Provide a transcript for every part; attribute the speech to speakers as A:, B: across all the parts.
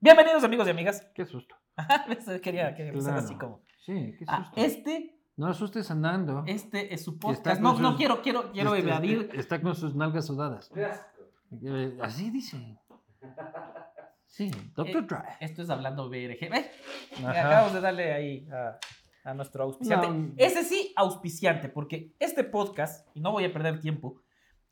A: Bienvenidos amigos y amigas. Ah,
B: Qué susto.
A: Quería que empezara así
B: Claro.
A: como.
B: Sí, qué
A: Ah,
B: susto.
A: este,
B: No asustes andando.
A: este es su
B: con
A: podcast. No, no
B: sus-
A: quiero, quiero, quiero
B: Este,
A: evadir.
B: Está con sus nalgas sudadas. Eh, Así dice. Sí, Doctor
A: Eh,
B: Dry.
A: Esto es hablando BRG. Ve,
B: Ajá.
A: Acabamos de darle ahí a, a nuestro auspiciante.
B: No.
A: Ese sí, auspiciante, porque este podcast, y no voy a perder tiempo,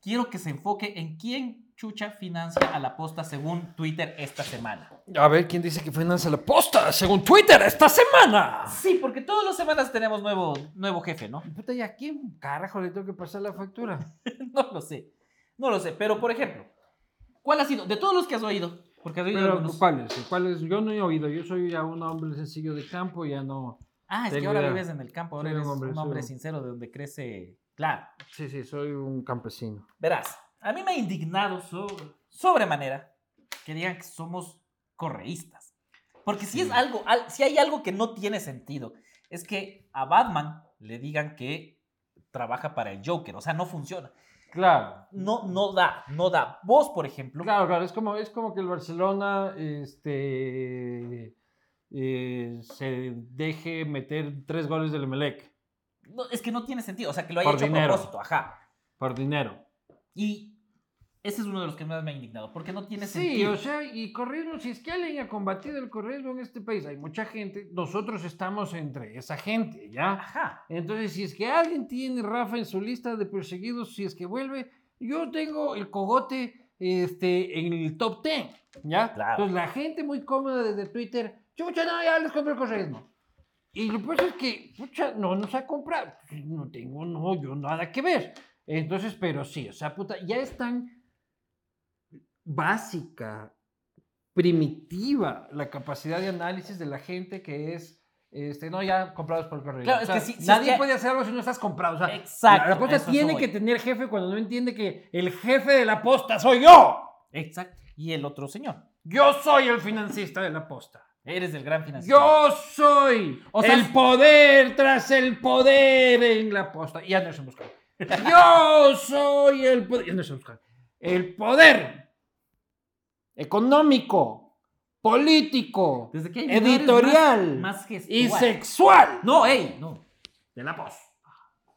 A: quiero que se enfoque en quién chucha financia a la posta según Twitter esta semana.
B: A ver quién dice que financia la posta, según Twitter, esta semana.
A: Sí, porque todas las semanas tenemos nuevo, nuevo jefe, ¿no?
B: Puta, ¿y a quién carajo le tengo que pasar la factura?
A: No lo sé. No lo sé. Pero, por ejemplo, ¿cuál ha sido? De todos los que has oído, porque has oído
B: Pero,
A: algunos.
B: ¿cuáles? ¿Cuáles? Yo no he oído, yo soy ya un hombre sencillo de campo, ya no.
A: Ah, es que
B: Tengo
A: ahora
B: idea.
A: vives en el campo, ahora
B: Soy un
A: eres
B: hombre,
A: un
B: soy
A: hombre
B: un-
A: sincero de donde crece. Claro.
B: Sí, sí, soy un campesino.
A: Verás, a mí me ha indignado sobre, sobremanera que digan que somos correístas. Porque si es
B: Sí.
A: algo, al- si hay algo que no tiene sentido, es que a Batman le digan que trabaja para el Joker, o sea, no funciona.
B: Claro.
A: No, no da, no da. Vos, por ejemplo,
B: Claro, claro, es como, es como que el Barcelona este, eh, se deje meter tres goles del Emelec
A: no, es que no tiene sentido, o sea, que lo haya
B: Por
A: hecho
B: dinero.
A: a propósito, ajá.
B: por dinero.
A: Y ese es uno de los que más me ha indignado, porque no tiene
B: Sí,
A: sentido.
B: o sea, y correísmo, si es que alguien ha combatido el correísmo en este país, hay mucha gente, nosotros estamos entre esa gente, ¿ya?
A: Ajá.
B: Entonces, si es que alguien tiene Rafa en su lista de perseguidos, si es que vuelve, yo tengo el cogote este, en el top 10, ¿ya?
A: Claro.
B: Entonces, la gente muy cómoda desde Twitter, chucha, no, ya les compré el correísmo. Y lo que pasa es que, pucha, no nos ha comprado. Pues, No tengo, no, yo nada que ver. Entonces, pero sí, o sea, puta, ya es tan básica, primitiva la capacidad de análisis de la gente que es, este, no, ya comprados por correo.
A: Claro,
B: O
A: es
B: sea,
A: que si- si
B: nadie
A: es que-
B: puede hacer algo si no estás comprado. O sea,
A: Exacto,
B: La, la posta
A: eso
B: tiene
A: soy.
B: que tener jefe cuando no entiende que el jefe de la posta soy yo.
A: Exacto. Y el otro señor.
B: Yo soy el financista de la posta.
A: Eres el gran financiero.
B: Yo soy
A: O sea,
B: el
A: es-
B: poder tras el poder en la posta. Y Anderson Buscán. Yo soy el poder. y Anderson Buscán. El poder económico, político,
A: Desde que hay menores,
B: editorial
A: Más, más gestual.
B: y sexual
A: No, ey, no.
B: de la posta.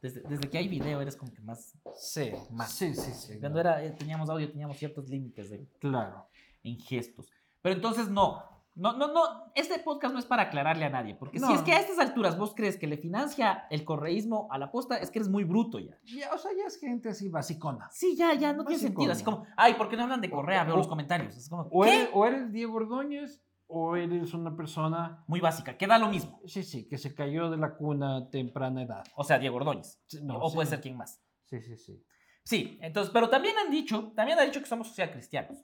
A: Desde, desde que hay video eres como que más.
B: Sí,
A: Más.
B: sí, sí, sí.
A: Cuando era, eh, teníamos audio, teníamos ciertos límites de-
B: Claro.
A: en gestos. Pero entonces no. No, no, no. Este podcast no es para aclararle a nadie. Porque si
B: No.
A: es que a estas alturas vos crees que le financia el correísmo a la posta, es que eres muy bruto ya.
B: Ya, o sea, ya es gente así basicona.
A: Sí, ya, ya, no tiene
B: Básico,
A: sentido. Así
B: ¿no?
A: como, ay, ¿por qué no hablan de Correa? Veo
B: O-
A: los comentarios. Es como,
B: O
A: ¿qué?
B: eres, o eres Diego Ordóñez o eres una persona,
A: Muy básica, que da lo mismo.
B: sí, sí, que se cayó de la cuna a temprana edad.
A: O sea, Diego Ordóñez.
B: Sí, no,
A: o
B: sí.
A: puede ser quien más.
B: Sí, sí, sí.
A: Sí, entonces, pero también han dicho, también ha dicho que somos social cristianos.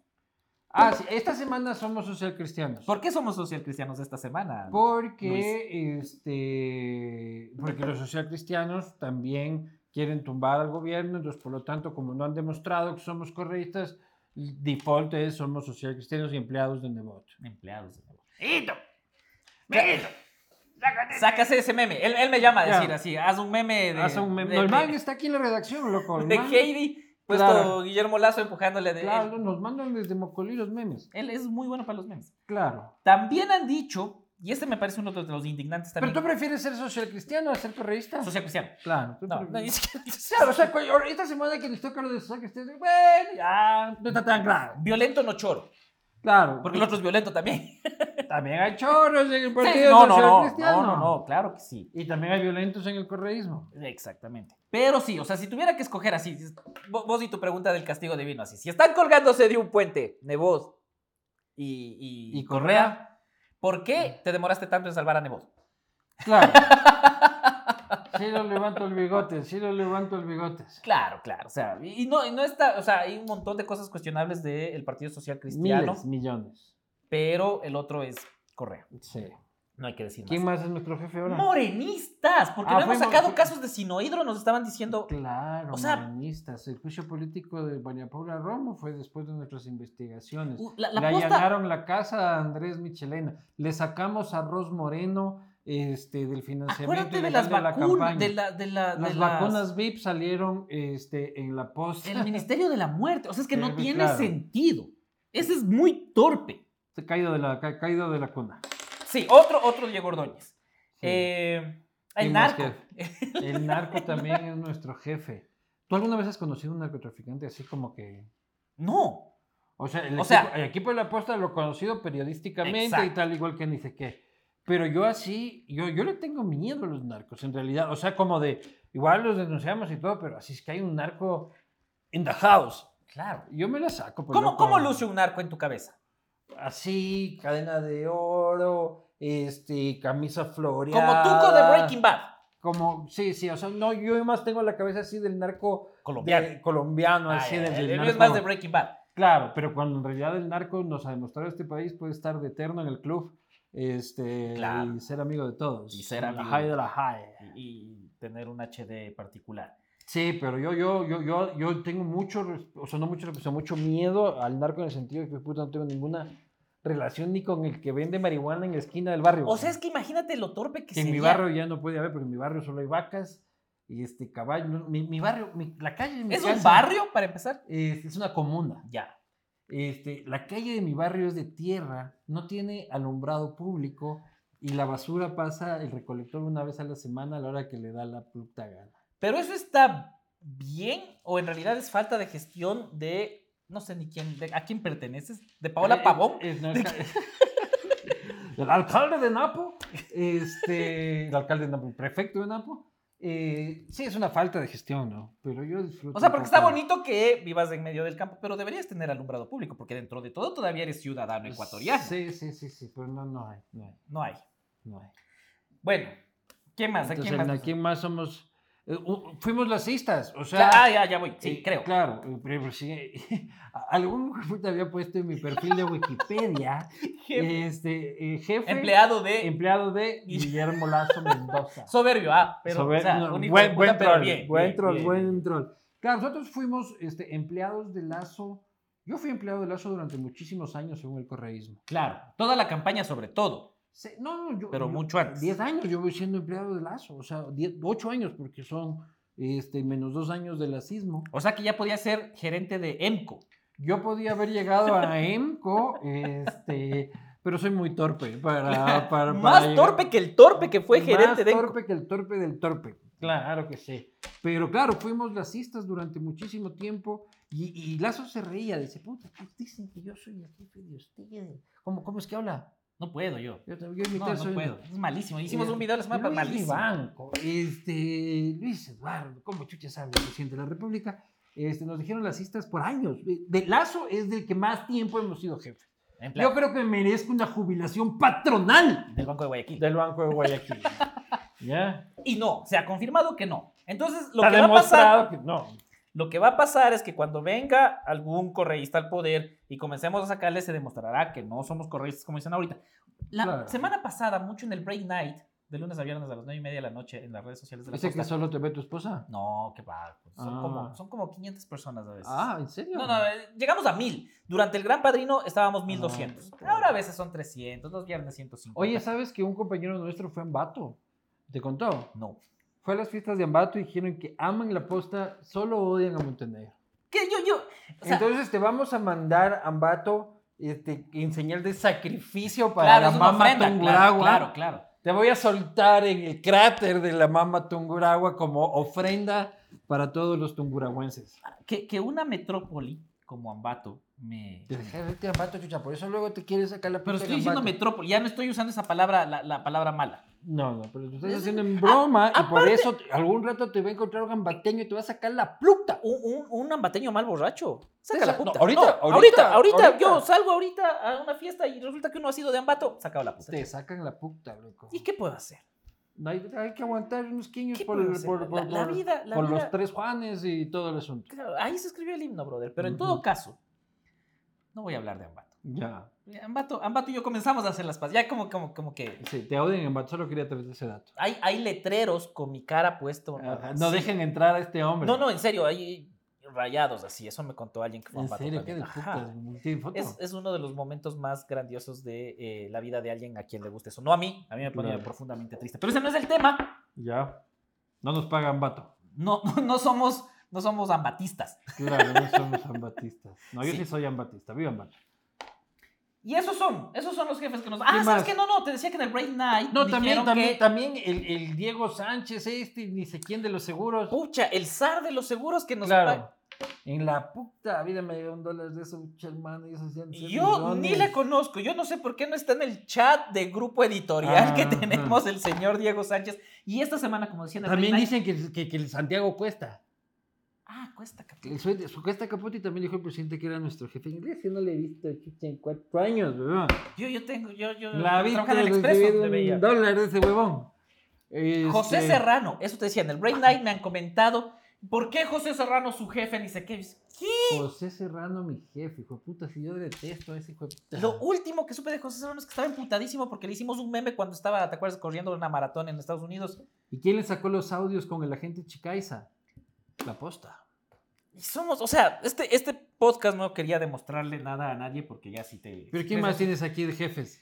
B: Ah, sí, esta semana somos social cristianos.
A: ¿Por qué somos social cristianos esta semana?
B: Porque, este, porque los social cristianos también quieren tumbar al gobierno, entonces por lo tanto, como no han demostrado que somos correístas, default es somos social cristianos y empleados de Nebot.
A: Empleados. de nuevo.
B: ¡Miguelito!
A: Sácase ese meme. Él, él me llama a
B: Ya.
A: decir así, haz un meme de...
B: Haz un meme.
A: de-
B: No, el man
A: de-
B: está aquí en la redacción, loco. el
A: de
B: man-
A: Heidi, puesto
B: Claro.
A: Guillermo Lazo empujándole de
B: Claro,
A: él.
B: nos mandan desde Mocolí los memes.
A: Él es muy bueno para los memes.
B: Claro.
A: También han dicho, y este me parece uno de los indignantes
B: Pero
A: también,
B: tú prefieres ser social cristiano a ser correísta.
A: social cristiano.
B: Claro. tú
A: No,
B: prefieres-
A: no, ni siquiera-
B: Claro, o sea, cu- ahora esta semana que les toca lo de social cristiano, bueno, ya, no está tan claro.
A: Violento no choro,
B: Claro,
A: porque el otro es violento también.
B: también hay choros en el
A: Sí,
B: partido
A: no, no,
B: social
A: no,
B: cristiano.
A: no, no, no, claro que sí.
B: Y también hay violentos en el correísmo.
A: Exactamente. Pero sí, o sea, si tuviera que escoger así, dices, vo- vos y tu pregunta del castigo divino, así, si están colgándose de un puente, Nebot y, y-
B: ¿Y Correa?
A: ¿por qué te demoraste tanto en salvar a Nebot?
B: Claro. Sí lo levanto el bigote, sí lo levanto el bigote.
A: Claro, claro, o sea, y y no, y no está, o sea, hay un montón de cosas cuestionables del Partido Social Cristiano,
B: Miles, millones.
A: pero el otro es Correa,
B: Sí.
A: no hay que decir
B: ¿Quién
A: más.
B: más es nuestro jefe ahora?
A: Morenistas, porque
B: Ah,
A: no hemos
B: fuimos-
A: sacado casos de sinohidro, nos estaban diciendo,
B: Claro,
A: O sea-
B: morenistas. El juicio político de María Paula Romo fue después de nuestras investigaciones.
A: "Uh, la, la
B: Le
A: posta-
B: allanaron la casa a Andrés Michelena. Le sacamos arroz moreno este, del financiamiento
A: acuérdate de
B: ilegal
A: las
B: de la
A: vacunas,
B: campaña.
A: de la, de la, de las-
B: las vacunas VIP salieron este, en la posta. pues,
A: El Ministerio de la Muerte. O sea, es que no
B: Sí,
A: tiene
B: claro.
A: sentido. Ese es muy torpe.
B: Está caído de la, ca- caído de la cuna.
A: Sí, otro, otro Diego Ordóñez.
B: Sí.
A: Eh,
B: ¿Quién
A: el
B: más
A: narco.
B: El narco también es nuestro jefe. ¿Tú alguna vez has conocido un narcotraficante así como que...
A: No,
B: O sea, el,
A: O
B: equipo,
A: sea-
B: el equipo de la apuesta lo conocido periodísticamente y
A: Exacto.
B: tal, igual que ni sé qué. Pero yo así, yo, yo le tengo miedo a los narcos, en realidad. O sea, como de, igual los denunciamos y todo, pero así es que hay un narco in the house.
A: claro.
B: Yo me la saco. pues,
A: ¿Cómo,
B: loco.
A: ¿Cómo luce un narco en tu cabeza?
B: Así, cadena de oro, este, camisa
A: Como
B: floreada.
A: Tuco de Breaking Bad.
B: Como, sí, sí, o sea, no, yo más tengo la cabeza así del narco
A: Colombiano.
B: de- colombiano,
A: Ah,
B: así
A: ya,
B: del,
A: ya,
B: del
A: él es
B: narco-
A: más de Breaking Bad.
B: Claro, pero cuando en realidad el narco nos ha demostrado este país puede estar de eterno en el club este,
A: Claro.
B: y ser amigo de todos.
A: Y ser
B: La
A: amigo.
B: high de la high.
A: Y, y tener un HD particular.
B: Sí, pero yo, yo, yo, yo, yo tengo mucho, res- o sea, no mucho, respeto, mucho miedo al narco en el sentido de que puta, no tengo ninguna relación ni con el que vende marihuana en la esquina del barrio.
A: O sea,
B: güey.
A: es que imagínate lo torpe que
B: que en mi
A: sería.
B: barrio ya no puede haber, porque en mi barrio solo hay vacas y este caballo. no, Mi, mi barrio, mi- la calle de mi
A: ¿Es
B: casa
A: un barrio para empezar?
B: es- es una comuna.
A: Ya.
B: Este, la calle de mi barrio es de tierra, no tiene alumbrado público y la basura pasa el recolector una vez a la semana a la hora que le da la puta gana.
A: Pero eso está bien o en realidad es falta de gestión de no sé ni quién, de- a quién perteneces, de Paola
B: Eh,
A: Pavón.
B: eh, no, el, el alcalde de Napo, este, el alcalde de Napo, el prefecto de Napo. eh, sí, es una falta de gestión, ¿no? Pero yo disfruto.
A: O sea,
B: un
A: porque
B: poco.
A: está bonito que vivas en medio del campo, pero deberías tener alumbrado público, porque dentro de todo todavía eres ciudadano ecuatoriano.
B: Pues, Sí, sí, sí, sí, pero no, no hay, no hay,
A: No hay.
B: no hay.
A: Bueno, ¿quién más? ¿A
B: Entonces,
A: Ah, quién más?
B: ¿a quién más somos? Eh, u- fuimos lacistas, o sea.
A: ah, ya, ya voy. Sí,
B: Eh,
A: creo.
B: Claro, eh, pero sí, algún puta había puesto en mi perfil de Wikipedia,
A: Jefe.
B: este, eh, em, jefe,
A: Empleado de
B: empleado de Guillermo Lazo Mendoza.
A: soberbio, ah, pero
B: Sober-
A: o sea,
B: no,
A: un hijo
B: buen,
A: de
B: buen
A: puta, pero
B: troll,
A: bien,
B: buen
A: bien,
B: troll,
A: bien.
B: buen troll. Claro, nosotros fuimos este, empleados de Lazo, yo fui empleado de Lazo durante muchísimos años según el correísmo.
A: Claro, toda la campaña sobre todo.
B: Se- no, no, yo,
A: Pero
B: yo-
A: mucho antes.
B: 10 años yo voy siendo empleado de Lazo, o sea, 10 8 años porque son este, menos 2 años de lacismo.
A: O sea que ya podía ser gerente de EMCO.
B: Yo podía haber llegado a EMCO, este, pero soy muy torpe. Para, para, para
A: Más
B: llegar-
A: torpe que el torpe que fue gerente
B: Más
A: de EMCO.
B: torpe que el torpe del torpe. Claro que sí. Pero claro, fuimos lacistas durante muchísimo tiempo y, y Lazo se reía. Dice, puta, pues dicen que yo soy el jefe de ustedes. ¿Cómo, cómo es que habla?
A: No puedo yo.
B: Yo, te- yo imitar
A: No, no
B: soy-
A: puedo. Es malísimo. Hicimos
B: Eh,
A: un video la semana pasada.
B: Luis
A: Malísimo.
B: Ribanco, este, Luis Eduardo, como chucha sabe, el presidente de la República, este, nos dijeron las cistas por años. Eh, De Lazo es del que más tiempo hemos sido jefe.
A: Empleado
B: Yo creo que merezco una jubilación patronal
A: del Banco de Guayaquil.
B: del Banco de Guayaquil. ¿Ya?
A: Y no, se ha confirmado que no. Entonces, lo
B: Está
A: que va a pasar.
B: demostrado que no.
A: Lo que va a pasar es que cuando venga algún correísta al poder y comencemos a sacarle, se demostrará que no somos correístas como dicen ahorita. La
B: Claro.
A: semana pasada, mucho en el break night, de lunes a viernes a las 9 y media de la noche en las redes sociales de la
B: Dice que
A: costa-
B: solo te ve tu esposa.
A: No, qué va. pues, Son,
B: Ah.
A: como, son como 500 personas a veces.
B: Ah, ¿en serio?
A: Pues, No, no, eh, llegamos a 1000. Durante el Gran Padrino estábamos 1200.
B: Ah,
A: Ahora a veces son 300, los viernes 150.
B: Oye, ¿sabes que un compañero nuestro fue Ambato? ¿Te contó?
A: No.
B: Fue a las fiestas de Ambato y dijeron que aman la posta, solo odian a Montenegro.
A: ¿Qué? Yo, yo. O sea,
B: Entonces te vamos a mandar, Ambato, este, en señal de sacrificio para
A: claro,
B: la
A: es una
B: mama
A: ofrenda, claro,
B: Tungurahua.
A: claro, claro.
B: Te voy a soltar en el cráter de la mama Tungurahua como ofrenda para todos los tungurahuenses.
A: Que, que una metrópoli como Ambato me,
B: Te dejé de verte, Ambato, chucha, por eso luego te quieres sacar la
A: Pero
B: puta
A: estoy diciendo
B: Ambato.
A: metrópoli, ya no estoy usando esa palabra, la, la palabra mala.
B: No, no, pero tú estás
A: Es-
B: haciendo en broma y por
A: aparte-
B: eso te- algún rato te va a encontrar un gambateño y te va a sacar la pluta.
A: Un, un, un ambateño mal borracho. Saca
B: Esa-
A: la puta.
B: no, ahorita,
A: ahorita,
B: ahorita,
A: ahorita, ahorita,
B: ahorita.
A: Yo salgo ahorita a una fiesta y resulta que uno ha sido de ambato, sacado la puta.
B: Te sacan la puta, loco.
A: ¿Y qué puedo hacer?
B: No hay, hay que aguantar unos quiños
A: ¿Qué
B: por,
A: puedo
B: el-
A: hacer?
B: por-
A: pues, La-
B: por-
A: la,
B: por-
A: vida, la
B: por
A: vida-
B: los tres Juanes y todo el asunto.
A: claro, ahí se escribió el himno, brother. Pero en
B: Ujú.
A: todo caso, no voy a hablar de ambato.
B: Ya,
A: Ambato, ambato y yo comenzamos a hacer las paces. Ya como, como, como que
B: sí, te odian en Bat, solo quería traer ese dato.
A: hay, hay letreros con mi cara puesto.
B: Ajá, No
A: Sí.
B: dejen entrar a este hombre.
A: No, no, en serio, hay rayados así. Eso me contó alguien que fue
B: En
A: ambato
B: serio, qué
A: también.
B: de
A: Ajá.
B: putas. ¿Tiene foto?
A: Es, es uno de los momentos más grandiosos de eh, la vida de alguien a quien le guste eso. No a mí, a mí me pone
B: Claro.
A: profundamente triste. Pero ese no es el tema.
B: Ya. No nos pagan vato.
A: No, no, no somos, no somos ambatistas.
B: Claro, no somos ambatistas. No, yo sí,
A: Sí.
B: soy ambatista. Viva Ambato.
A: Y esos son, esos son los jefes que nos... Ah,
B: ¿Qué
A: ¿sabes
B: más?
A: que No, no, te decía que en el Brain Night
B: No, también,
A: dijeron
B: también,
A: que...
B: también el, el Diego Sánchez, este, ni sé quién de los seguros.
A: Pucha, el zar de los seguros que nos...
B: claro. En la puta vida me dio un dólar de eso, pucha, hermano. Y eso hacían cien
A: Yo ni
B: millones.
A: le conozco, yo no sé por qué no está en el chat de grupo editorial que
B: Ajá.
A: tenemos el señor Diego Sánchez. Y esta semana, como decía, en el
B: También
A: Brain Night-
B: dicen que, que, que el Santiago Cuesta.
A: Ah, cuesta capi-
B: que El sueldo- su Cuesta Capote también dijo el presidente que era nuestro jefe inglés. Que no le he visto chucha, en cuatro años, weón.
A: Yo, yo tengo, yo, yo...
B: La
A: yo
B: viste
A: trabajaba Mm, en el Expreso,
B: recibido
A: te veía.
B: un dólar de ese huevón.
A: José
B: Este,
A: Serrano, eso te decía, en el Brain Night me han comentado, ¿por qué José Serrano, su jefe, ni sé qué? Dice, ¿Qué?
B: José Serrano, mi jefe, hijo de puta, si yo detesto a ese hijo de puta.
A: Lo último que supe de José Serrano es que estaba emputadísimo porque le hicimos un meme cuando estaba, ¿te acuerdas? Corriendo una maratón en Estados Unidos.
B: ¿Y quién le sacó los audios con el agente Chicaiza? La posta.
A: Y somos, o sea, este, este podcast no quería demostrarle nada a nadie porque ya sí te...
B: ¿Pero quién más tienes aquí de jefes?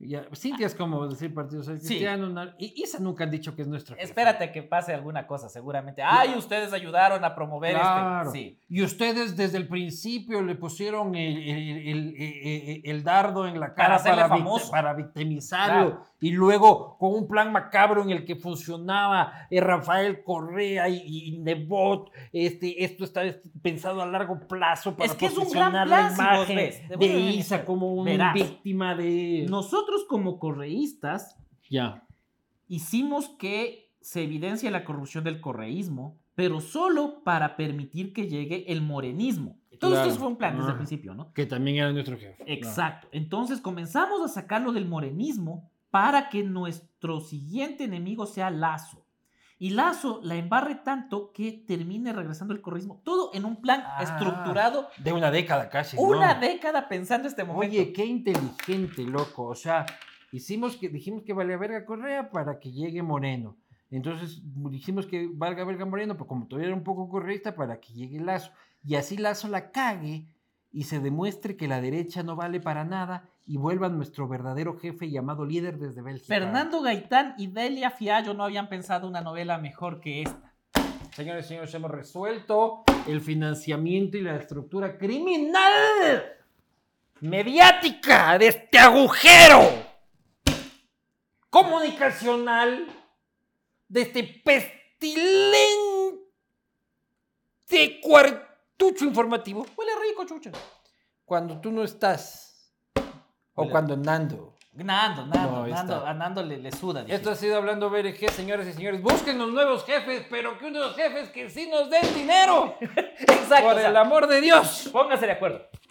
B: Ya, Cintia es como decir Partido Social
A: Sí.
B: Cristiano. Nar- Y Isa nunca han dicho que es nuestra jefa.
A: Espérate que pase alguna cosa, seguramente. Ay, ustedes ayudaron a promover
B: Claro.
A: este. Sí.
B: Y ustedes desde el principio le pusieron el, el- el- el- el dardo en la
A: Para
B: cara
A: hacerle
B: vict-
A: famoso.
B: para victimizarlo. Y luego con un plan macabro en el que funcionaba eh, Rafael Correa y, y Nebot. Este, esto está es- pensado a largo plazo para
A: Es que es un gran
B: posicionar
A: plan,
B: la
A: si vos
B: imagen
A: ves. Te voy a
B: de
A: decir.
B: Isa como una
A: Verás.
B: víctima de...
A: Nosotros como correístas
B: Ya.
A: hicimos que se evidencie la corrupción del correísmo, pero solo para permitir que llegue el morenismo. Todo
B: Claro.
A: esto fue un plan desde el
B: Ah.
A: principio, ¿no?
B: Que también era nuestro jefe.
A: Exacto. Entonces comenzamos a sacarlo del morenismo para que nuestro siguiente enemigo sea Lazo. Y Lazo la embarre tanto que termine regresando el correísmo. Todo en un plan
B: Ah.
A: estructurado.
B: De una década casi.
A: Una
B: ¿no?
A: década pensando este momento.
B: Oye, qué inteligente, loco. O sea, hicimos que, dijimos que valía verga Correa para que llegue Moreno. Entonces dijimos que valga verga Moreno, pero como todavía era un poco correcta, para que llegue Lazo. Y así Lazo la cague y se demuestre que la derecha no vale para nada y vuelva nuestro verdadero jefe llamado líder desde Bélgica.
A: Fernando Gaitán y Delia Fiallo no habían pensado una novela mejor que esta.
B: Señores, señores, hemos resuelto el financiamiento y la estructura criminal mediática de este agujero comunicacional de este pestilente cuartucho informativo
A: Huele rico, chucha.
B: cuando tú no estás o
A: Hola.
B: cuando Nando.
A: Nando, Nando,
B: No, ahí
A: Nando,
B: está.
A: a Nando le, le suda. dije.
B: Esto ha sido Hablando BRG, señoras y señores. Busquen los nuevos jefes, pero que unos jefes que sí nos den dinero.
A: Exacto.
B: Por
A: o sea,
B: el amor de Dios.
A: Pónganse de acuerdo.